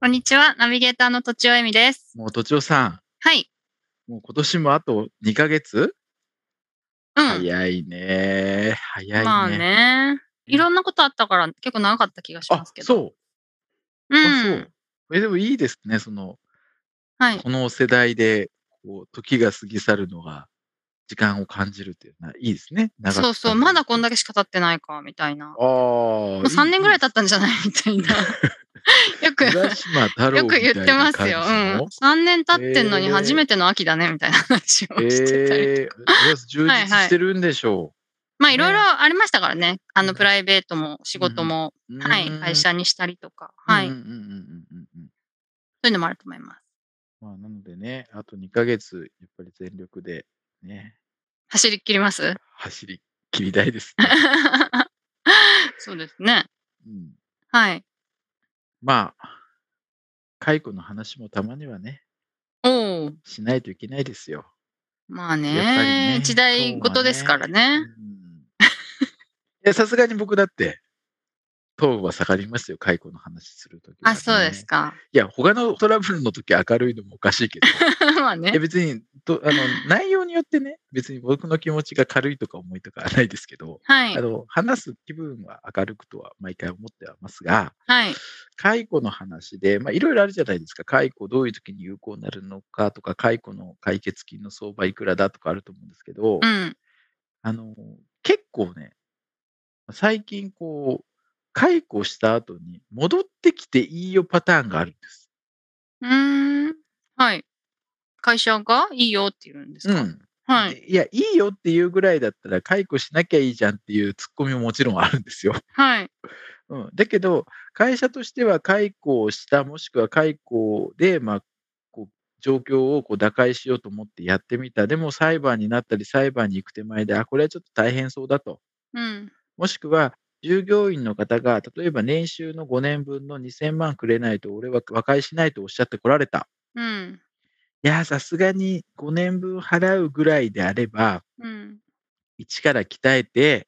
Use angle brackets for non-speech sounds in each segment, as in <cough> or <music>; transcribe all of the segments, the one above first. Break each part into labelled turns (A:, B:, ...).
A: こんにちは、ナビゲーターのとちおえみです。
B: もう、とちおさ
A: はい。
B: ん、もう今年もあと2ヶ月、
A: うん。
B: 早いね。早いね。
A: まあね。いろんなことあったから結構長かった気がし
B: あ
A: ますけど。
B: そうう。
A: ん。
B: あそう。え、でもいいですね。その、
A: はい。
B: この世代で、こう、時が過ぎ去るのが、時間を感じるっていうのは、いいですね。長く
A: そうそう。まだこんだ
B: け。
A: けしか経ってないか、みたいな。も
B: ああ。も
A: う3年ぐらい経ったんじゃないみたいな。 <laughs> よく、
B: 浦
A: よ
B: 島太郎みた
A: く
B: いな感じの。
A: 言ってますよ。うん。3年経ってんのに
B: えー
A: 初めての秋だね、みたいな話をしてたり。
B: ええ充実
A: はいはい
B: してるんでしょ
A: まあいろいろありましたからね。あの、プライベートも仕事も、
B: う。
A: はい。
B: うん
A: 会社にしたりとか。はい。
B: うんう
A: そ
B: んうんうんうんうん。
A: ういうのもあると思います。
B: まあ、なのでね、あと2ヶ月、やっぱり全力でね、
A: 走り切ります
B: 走り切りたいです、
A: <laughs>
B: ね
A: そうですね。
B: うん。
A: はい。
B: まあ、解雇の話もたまにはね、
A: おお。
B: しないといけないですよ。
A: まあね
B: やっぱりね
A: 時代ごとですから
B: う
A: ね。
B: んいや、さすがに僕だって、頭部は下がりますよ、解雇の話するとき、
A: あ、そうです。か。 <laughs>
B: いや、他のトラブルの時明るいのもおかしいけど、
A: まあ
B: いや
A: ね。
B: 別にとあの、内容によってね、別に僕の気持ちが軽いとか重いとかはないですけど、
A: は
B: あ
A: い。
B: の話す気分は明るくとは毎回思ってはますが、
A: はい。
B: 解雇の話で、まあ、いろいろあるじゃないですか、解雇どういう時に有効になるのかとか、解雇の解決金の相場いくらだとかあると思うんですけど、
A: うん。
B: あの結構ね、最近こう、解雇した後に戻ってきていいよパターンがあるんです。
A: うーん。はい。会社がいいよって言うんですか。
B: ん
A: はい。
B: でいや、いいよっていうぐらいだったら解雇しなきゃいいじゃんっていうツッコミももちろんあるんですよ。
A: はい。
B: うん、だけど、会社としては解雇をした、もしくは解雇で、まあ、こう状況をこう打開しようと思ってやってみた、でも裁判になったり、裁判に行く手前で、あ、これはちょっと大変そうだと。
A: うん。
B: もしくは、従業員の方が、例えば年収の5年分の2000万くれないと、俺は和解しないとおっしゃってこられた。
A: うん。
B: いや、さすがに5年分払うぐらいであれば、
A: うん。
B: 一から鍛えて、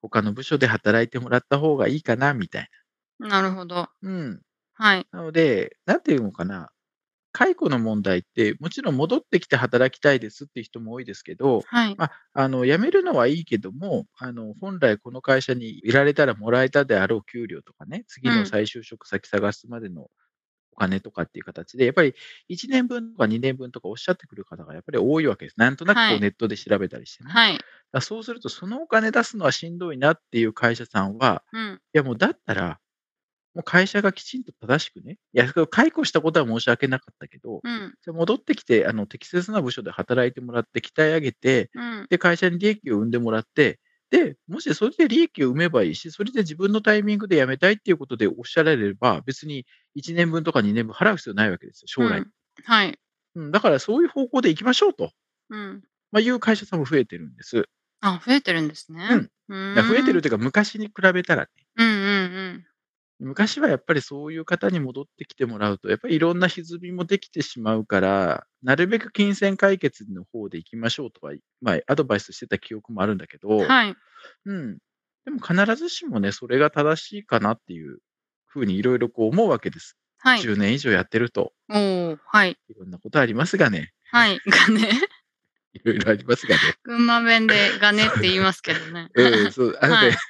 B: 他の部署で働いてもらった方がいいかな、みたい
A: なるほど。
B: な。うん。
A: はい。
B: なので、なんていうのかな、解雇の問題って、もちろん戻ってきて働きたいですっていう人も多いですけど、
A: はい。
B: まあ、あの辞めるのはいいけどもあの、本来この会社にいられたらもらえたであろう給料とかね、次
A: う
B: の
A: ん
B: 再就職先探すまでのお金とかっていう形で、やっぱり1年分とか2年分とかおっしゃってくる方がやっぱり多いわけです。なんとなくこ
A: は
B: う
A: い
B: ネットで調べたりしてね。
A: はい。
B: だからそうすると、そのお金出すのはしんどいなっていう会社さんは、
A: うん。
B: いや、もうだったら、もう会社がきちんと正しくね、いや、それを解雇したことは申し訳なかったけど、
A: うん。
B: じゃあ戻ってきて、あの、適切な部署で働いてもらって、鍛え上げて、
A: うん。
B: で、会社に利益を生んでもらって、で、もしそれで利益を生めばいいし、それで自分のタイミングで辞めたいっていうことでおっしゃられれば、別に1年分とか2年分払う必要ないわけですよ、将来。
A: うん。はい。
B: うんだからそういう方向で行きましょうと、
A: うん。
B: まあ、いう会社さんも増えてるんです。
A: あ、増えてるんですね。
B: だ
A: う
B: から増えてる
A: ん
B: というか、昔に比べたらね、
A: うんうん
B: 昔はやっぱりそういう方に戻ってきてもらうと、やっぱりいろんな歪みもできてしまうから、なるべく金銭解決の方で行きましょうとは、まあ、アドバイスしてた記憶もあるんだけど、
A: うん。はい。
B: うん、でも必ずしもね、それが正しいかなっていうふうにいろいろこう思うわけです。
A: はい。
B: 10年以上やってると、
A: おおはい。
B: いろんなことありますがね、
A: はい。がね。
B: いろいろありますがね。。
A: <laughs> 群馬弁でがねって言いますけどね
B: <laughs> うん、そう、あのね、
A: はい
B: <laughs>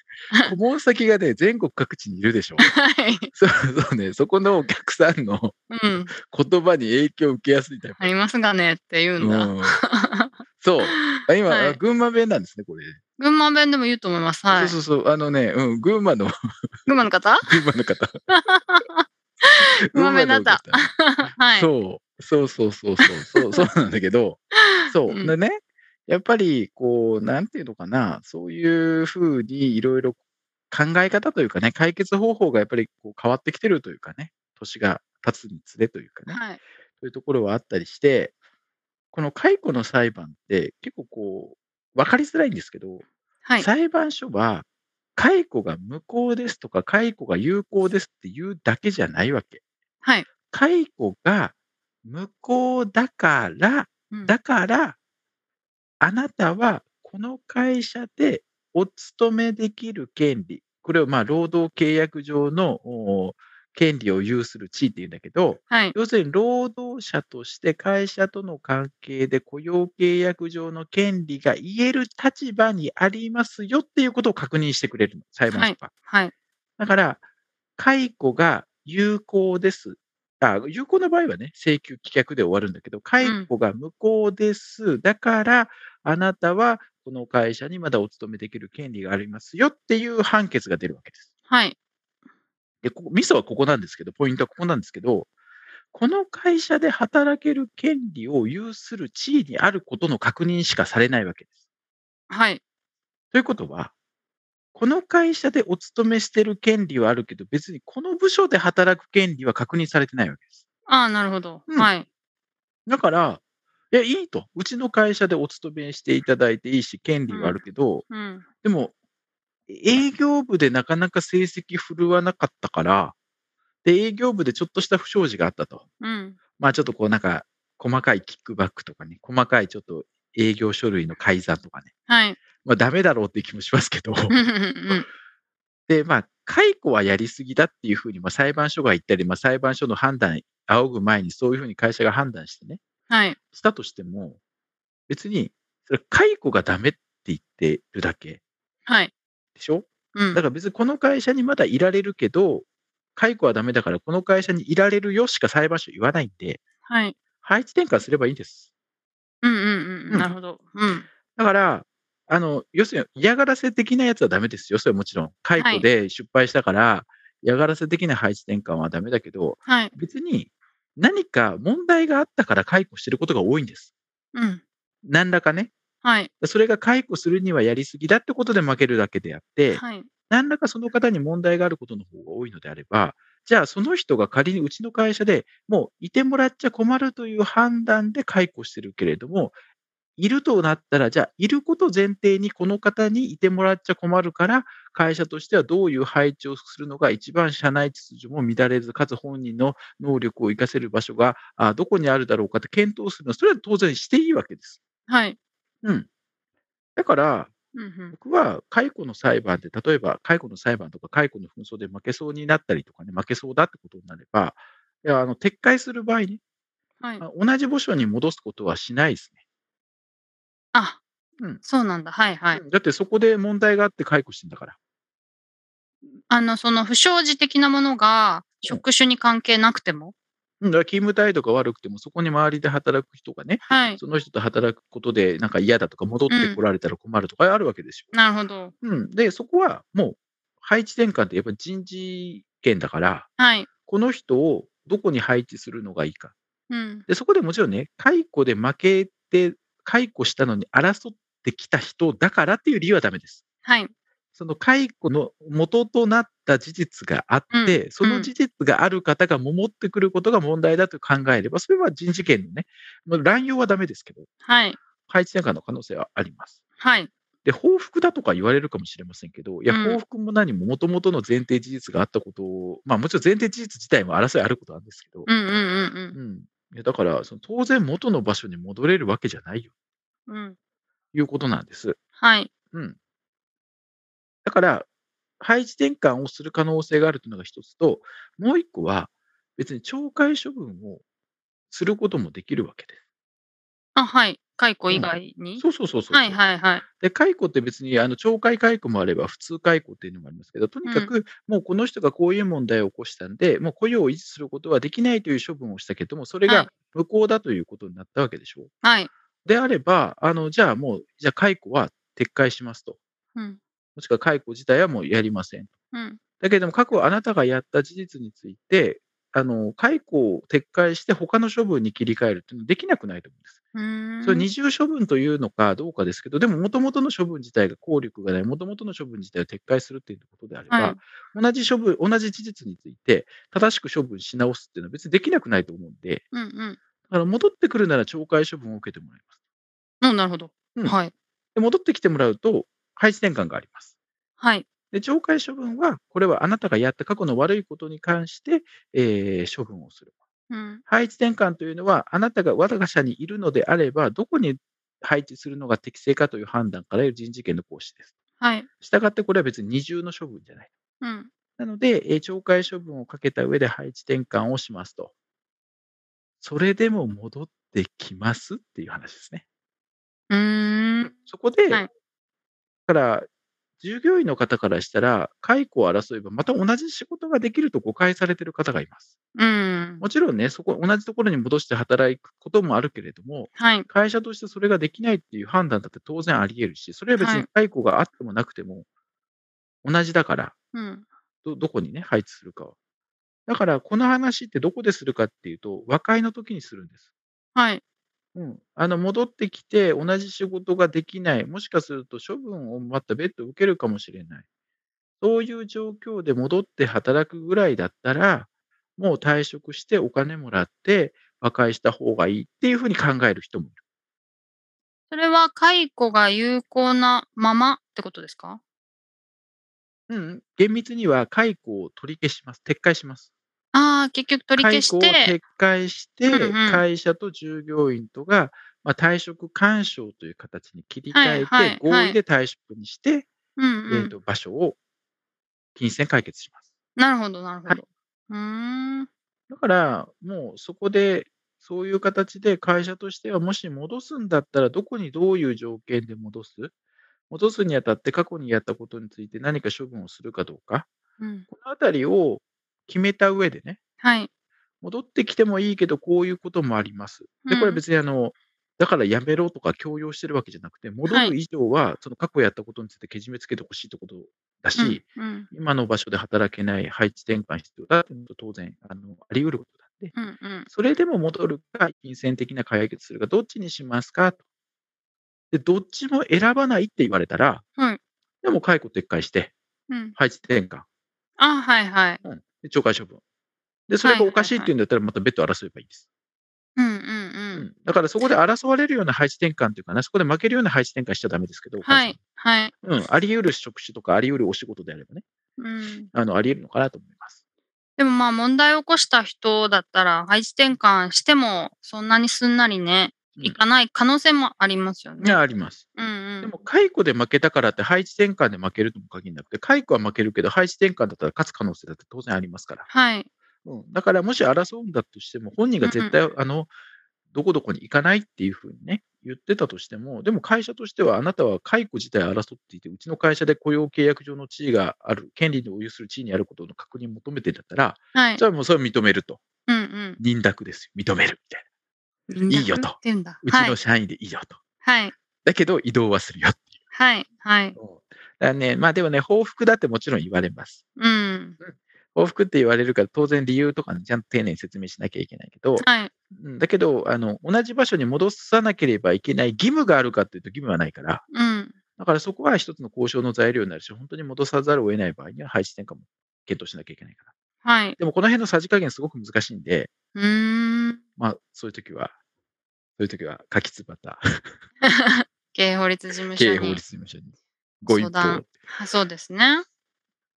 B: 顧問先がね、全国各地にいる
A: <laughs>
B: でしょ。
A: はい。
B: そうそうね、そこのお客さんの
A: うん。
B: 言葉に影響を受けやすいタイプ
A: ありますがねって言うんだ。
B: うんそう。あ今、
A: はい
B: あ群馬弁なんですね、これ。
A: 群馬弁でも言うと思います。はい。
B: そうそうそう。あのね、うん、群馬の、 <laughs>
A: 群馬の方
B: 群馬の方。
A: <laughs> 群馬弁だった
B: 群馬の方。
A: はい。
B: そう。そうそうそうそう。そう、そうなんだけ
A: <laughs>
B: ど、そう。
A: うん
B: でね、やっぱり、こう、なんていうのかな、そういうふうにいろいろ考え方というかね、解決方法がやっぱりこう変わってきてるというかね、年が経つにつれというかね。
A: はい。
B: そういうところはあったりして、この解雇の裁判って結構こう、分かりづらいんですけど、
A: はい。
B: 裁判所は解雇が無効ですとか解雇が有効ですっていうだけじゃないわけ。
A: はい。
B: 解雇が無効だから、
A: うん
B: だから、あなたはこの会社でお勤めできる権利、これをまあ労働契約上のお権利を有する地位っていうんだけど、
A: はい。
B: 要するに労働者として会社との関係で雇用契約上の権利が言える立場にありますよっていうことを確認してくれるの、裁判所が。
A: はい。
B: だから、解雇が有効です。あ有効な場合はね、請求棄却で終わるんだけど、解雇が無効です。だから、あなたはこの会社にまだお勤めできる権利がありますよっていう判決が出るわけです。
A: はい。
B: で、ここ、ミソはここなんですけど、ポイントはここなんですけど、この会社で働ける権利を有する地位にあることの確認しかされないわけです。
A: はい。
B: ということは、この会社でお勤めしてる権利はあるけど、別にこの部署で働く権利は確認されてないわけです。
A: ああ、なるほど。
B: うん
A: はい。
B: だから、いや、いいと。うちの会社でお勤めしていただいていいし、権利はあるけど、
A: うん。
B: でも、営業部でなかなか成績振るわなかったから、で、営業部でちょっとした不祥事があったと。
A: うん。
B: まあちょっとこうなんか、細かいキックバックとかね、細かいちょっと営業書類の改ざんとかね、
A: はい。
B: まあダメだろうっていう気もしますけ
A: <laughs>
B: ど、
A: うんうん
B: で、まあ、解雇はやりすぎだっていうふうに、まあ裁判所が言ったり、まあ裁判所の判断、仰ぐ前にそういうふうに会社が判断してね、
A: はい。
B: したとしても、別に、それ解雇がダメって言ってるだけ
A: はい。
B: でしょ
A: うん
B: だから別にこの会社にまだいられるけど、解雇はダメだからこの会社にいられるよしか裁判所言わないんで、
A: はい。
B: 配置転換すればいいんです。
A: うんうん
B: う
A: うんん。なるほど。うん。
B: だから、あの、要するに嫌がらせ的なやつはダメですよ。それはもちろん。解
A: は
B: 雇
A: い
B: で失敗したから、嫌がらせ的な配置転換はダメだけど、
A: はい。
B: 別に何か問題があったから解雇してることが多いんです。
A: うん。
B: 何らかね。
A: はい。
B: それが解雇するにはやりすぎだってことで負けるだけであって、
A: はい。
B: 何らかその方に問題があることの方が多いのであれば、じゃあその人が仮にうちの会社でもういてもらっちゃ困るという判断で解雇してるけれども、いるとなったら、じゃあいること前提にこの方にいてもらっちゃ困るから、会社としてはどういう配置をするのが一番社内秩序も乱れず、かつ本人の能力を活かせる場所があどこにあるだろうかって検討するのは、それは当然していいわけです。
A: はい。
B: うん。だから、
A: うんうん。
B: 僕は解雇の裁判で、例えば解雇の裁判とか解雇の紛争で負けそうになったりとかね、負けそうだってことになれば、いやあの撤回する場合に、
A: はい。
B: あ同じ部署に戻すことはしないですね。
A: あ
B: うん、
A: そうなんだ。はいはい。
B: だってそこで問題があって解雇してんだから。
A: あの、その不祥事的なものが
B: うん
A: 職種に関係なくても。
B: うん、だから勤務態度が悪くても、そこに周りで働く人がね、
A: はい。
B: その人と働くことでなんか嫌だとか、戻ってこられたら困るとかあるわけでしょ。
A: なるほど。
B: うん、で、そこはもう配置転換ってやっぱり人事権だから、
A: はい。
B: この人をどこに配置するのがいいか。
A: うん。
B: で、そこでもちろんね、解雇で負けて、解雇したのに争ってきた人だからっていう理由はダメです。
A: はい。
B: その解雇の元となった事実があって、その事実がある方が守ってくることが問題だと考えれば、それは人事権のね、まあ乱用はダメですけど、
A: はい。
B: 配置転換の可能性はあります。
A: はい。
B: で、報復だとか言われるかもしれませんけど、いや、
A: うん
B: 報復も何も元々の前提事実があったことを、まあもちろん前提事実自体も争いあることなんですけど、
A: うんうんうん
B: うん。いやだから、その当然元の場所に戻れるわけじゃないよ。
A: うん。うん。
B: いうことなんです。
A: はい。
B: うん。だから、配置転換をする可能性があるというのが一つと、もう一個は、別に懲戒処分をすることもできるわけで
A: あ、はい。解雇以外に
B: す。。そうそうそうそう。
A: はいはいはい。
B: で、解雇って別にあの懲戒解雇もあれば、普通解雇っていうのもありますけど、とにかくもうこの人がこういう問題を起こしたんで、もう雇用を維持することはできないという処分をしたけども、それ
A: は
B: が
A: い
B: 無効だということになったわけでしょ。
A: はい。
B: であれば、あの、じゃあもう、じゃあ解雇は撤回しますと。
A: うん。
B: もしくは解雇自体はもうやりません。
A: うん。
B: だけれども、過去あなたがやった事実について、あの、解雇を撤回して他の処分に切り替えるっていうのはできなくないと思うんです。
A: うーん。
B: それ二重処分というのかどうかですけど、でも元々の処分自体が効力がない、元々の処分自体を撤回するっていうことであれば、
A: はい
B: 同じ処分、同じ事実について正しく処分し直すっていうのは別にできなくないと思うんで、
A: うんうん。
B: から戻ってくるなら懲戒処分を受けてもらいます。
A: うん、なるほど。
B: うん
A: はい。
B: で戻ってきてもらうと、配置転換があります。
A: はい。
B: で懲戒処分は、これはあなたがやった過去の悪いことに関して、えー処分をする。
A: うん。
B: 配置転換というのは、あなたが我が社にいるのであれば、どこに配置するのが適正かという判断から人事権の行使です。
A: はい。
B: したがって、これは別に二重の処分じゃない。
A: うん。
B: なので、えー懲戒処分をかけた上で配置転換をしますと。それでも戻ってきますっていう話ですね。
A: うーん。
B: そこで、
A: はい
B: だから、従業員の方からしたら、解雇を争えば、また同じ仕事ができると誤解されている方がいます。
A: うん。
B: もちろんね、そこ、同じところに戻して働くこともあるけれども、
A: はい。
B: 会社としてそれができないっていう判断だって当然あり得るし、それは別
A: は
B: に
A: い
B: 解雇があってもなくても、同じだから、
A: うん。
B: ど、どこにね、配置するかは。だから、この話ってどこでするかっていうと、和解の時にするんです。
A: はい。
B: うん、あの戻ってきて、同じ仕事ができない、もしかすると処分をまた別途受けるかもしれない。そういう状況で戻って働くぐらいだったら、もう退職してお金もらって和解した方がいいっていうふうに考える人もいる。
A: それは解雇が有効なままってことですか
B: うん、厳密には解雇を取り消します。撤回します。
A: ああ、結局取り消し
B: 解雇を
A: て、
B: 撤回して、
A: うんうん
B: 会社と従業員とが、まあ、退職干渉という形に切り替えて、
A: はいはい
B: 合
A: はい
B: 意で退職にして、
A: うんう
B: えー
A: ん。
B: と場所を金銭解決します。
A: なるほど、なるほ
B: はい
A: ど。うーん。
B: だから、もうそこで、そういう形で会社としては、もし戻すんだったら、どこにどういう条件で戻す戻すにあたって過去にやったことについて何か処分をするかどうか、
A: うん。
B: このあたりを決めた上でね、
A: はい。
B: 戻ってきてもいいけど、こういうこともあります。で、
A: う
B: こ
A: ん
B: れは別にあの、だからやめろとか強要してるわけじゃなくて、戻る以上は、その過去やったことについてけじめつけてほしいってことだし、
A: うんうん。
B: 今の場所で働けない配置転換必要だっていうのと当然あのあり得ることなんで、
A: うんうん。
B: それでも戻るか、金銭的な解決するか、どっちにしますかと。で、どっちも選ばないって言われたら、
A: はい
B: でも解雇撤回して、
A: うん。
B: 配置転換、
A: ああ、はいはい。
B: で懲戒処分。で、それがおかしいっ
A: はいはいはい
B: ていうんだったら、また別途争えばいいです。
A: うんうん
B: う
A: うん。
B: んだからそこで争われるような配置転換というかな、そこで負けるような配置転換しちゃダメですけど、
A: はい。はい。
B: お母さんうん、あり得る職種とか、あり得るお仕事であればね、
A: うん。
B: あのあり得るのかなと思います。
A: でもまあ問題を起こした人だったら配置転換してもそんなにすんなりね、
B: うん
A: いかない可能性もありますよ
B: い
A: ね。
B: やあります。
A: うんう
B: で
A: ん
B: も、。解雇で負けたからって配置転換で負けるとも限らなくて、解雇は負けるけど、配置転換だったら勝つ可能性だって当然ありますから。
A: はい。
B: うん、だから、もし争うんだとしても、本人が絶対、あの、どこどこに行かないっていうふうにね、言ってたとしても、でも会社としては、あなたは解雇自体争っていて、うちの会社で雇用契約上の地位がある、権利の保有する地位にあることの確認を求めてんだったら、
A: はい
B: じ。ゃあもうそれは認めると。
A: うん
B: 認諾ですよ。認めるみたいな。
A: うん。
B: いいよと
A: って言うんだ。
B: う
A: は
B: ち
A: い
B: の。社員でいいよと。
A: はい。
B: だけど、移動はするよってい。。
A: はい。はいう
B: だからね、まあでもね、報復だってもちろん言われます。
A: うん。
B: 往復って言われるから当然理由とかね、ちゃんと丁寧に説明しなきゃいけないけど、
A: はい。
B: うんだけどあの同じ場所に戻さなければいけない義務があるかっていうと義務はないから
A: うん。
B: だからそこは一つの交渉の材料になるし本当に戻さざるを得ない場合には配置転換も検討しなきゃいけないから
A: はい。
B: でもこの辺のさじ加減すごく難しいんで
A: うーん。 <laughs>
B: まあそういう時はそういう時は柿つばた
A: 経営法律事務所
B: 経営
A: に。
B: 法律事務所にご一
A: 相談
B: 報
A: あそうですね。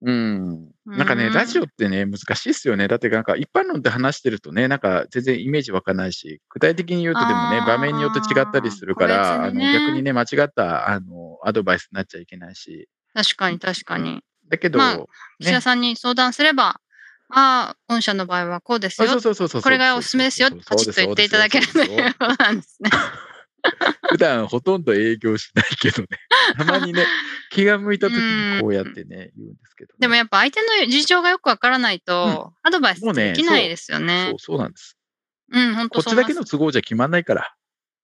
B: うんなんかね、
A: うん
B: ラジオってね、難しいですよね。だってなんか一般論で話してるとね、なんか全然イメージ湧かないし、具体的に言うとでもね
A: あ、ー
B: 場面によって違ったりするから、
A: 個
B: あ
A: 別
B: の
A: にね
B: 逆にね、間違ったあのアドバイスになっちゃいけないし、
A: 確かに確かに。
B: だけど、
A: まあ記者
B: ね、
A: さんに相談すれば、ああ、御社の場合はこうですよ
B: あ。そうそうそうそうそう
A: これがおすすめですよ。
B: そう
A: パチッと言っていただける
B: そう
A: と
B: ですそうです
A: いうことなんです
B: <laughs>
A: ね。
B: 普段ほとんど営業しないけ
A: <laughs>
B: どね、たまにね、気が向いた時にこうやってね、言うんですけど、ね。
A: でもやっぱ相手の事情がよくわからないと、アドバイス
B: もうね
A: できないですよね
B: そう。そうなんです。
A: うん、本
B: こ
A: 当
B: っ
A: そ
B: ち
A: う
B: だ
A: なん
B: け
A: です
B: の都合じゃ決まんないから、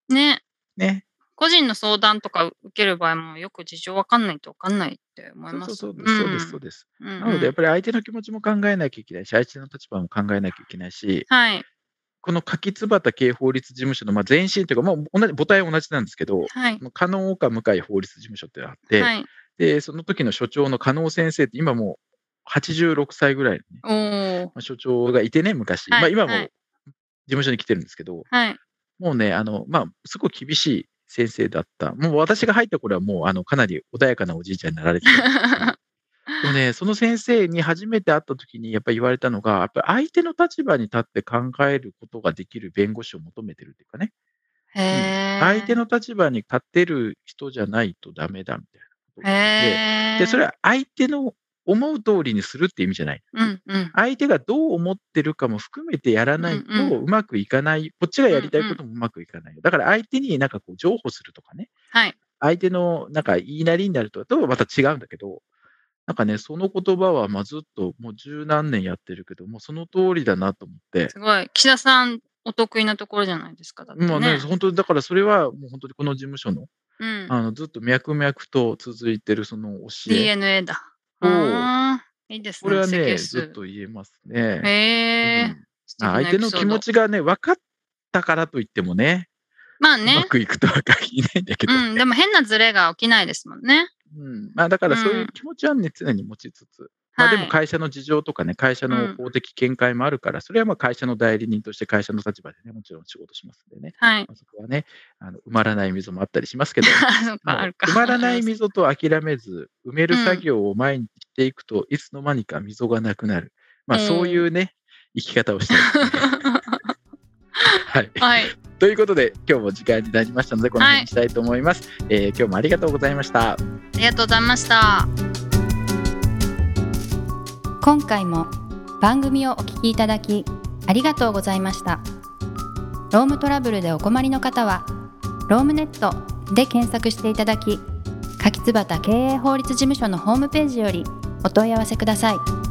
A: ね。
B: ね。
A: 個人の相談とか受ける場合もよく事情わかんないとわかんないって思い
B: そう
A: ま
B: そう
A: す。
B: そうです、そうです、そうです。
A: うんうん
B: なので、やっぱり相手の気持ちも考えなきゃいけないし、相手の立場も考えなきゃいけないし、
A: はい。
B: この柿椿系法律事務所のまあ前身というか、まあ、同じ母体は同じなんですけど、
A: はい。
B: その加納岡向井法律事務所っていうのがあって、
A: はい。
B: でその時の所長の加納先生って、今もう86歳ぐらいのね、
A: おー。
B: まあ所長がいてね、昔、
A: はい
B: まあ、今
A: は
B: も
A: い
B: 務所に来てるんですけど、
A: はい。
B: もうね、あの、まあ、すごい厳しい先生だった。もう私が入った頃はもう、あの、かなり穏やかなおじいちゃんになられてた。でもね、その先生に初めて会った時にやっぱり言われたのが、やっぱり相手の立場に立って考えることができる弁護士を求めてるっていうかね、
A: <laughs> へえ。
B: 相手の立場に立てる人じゃないとダメだみたいなことを言って
A: へえ。
B: てで、それは相手の思う通りにするって意味じゃない。
A: うんうん。
B: 相手がどう思ってるかも含めてやらない
A: うんう
B: とうまくいかない。こっちがやりたいこともうまくいかない。だから相手になんかこう譲歩するとかね。
A: はい。
B: 相手のなんか言いなりになると、とはまた違うんだけど、なんかね、その言葉はまあずっともう十何年やってるけど、もうその通りだなと思って、
A: すごい。岸田さん、お得意なところじゃないですか。だって
B: まあね、
A: ね。
B: 本当にだからそれはもう本当にこの事務所の
A: うん。
B: あのずっと脈々と続いてるその教え、
A: DNA だ。
B: お
A: う
B: う
A: ーん。いいですね。
B: これは
A: 石
B: ね、
A: 油数
B: ずっと言えますね。う
A: へえ
B: ん。まあ相手の気持
A: ち。
B: ちがね、分かったからといってもね、
A: まあ
B: うま
A: ね。
B: くいくとは限らないんだけど、
A: うん。でも変なズレが起きないですもんね。
B: うんまあ、だからそういう気持ちはね、常に持ちつつ、まあ、
A: は
B: で
A: い。
B: も会社の事情とかね、会社
A: う
B: の
A: ん
B: 法的見解もあるから、それはまあ会社の代理人として会社の立場でね、もちろん仕事しますんでね、
A: はい。
B: まあ、そこはね、あの埋まらない溝もあったりしますけど、
A: <laughs> あ、 <laughs> そっ
B: ま
A: か、
B: あ
A: あるか。
B: 埋まらない溝と諦めず、埋める
A: うん
B: 作業を毎日していくといつの間にか溝がなくなる。まあ、
A: うん
B: そういうね、生き方をしたい
A: <laughs>
B: ですね。はい、
A: <laughs> はい。
B: ということで、今日も時間になりましたので、この辺にしたいと思います。えー今日もありがとうございました。
A: ありがとうございました。
C: 今回も番組をお聞きいただきありがとうございましたロームトラブルでお困りの方はロームネットで検索していただき柿椿経営法律事務所のホームページよりお問い合わせください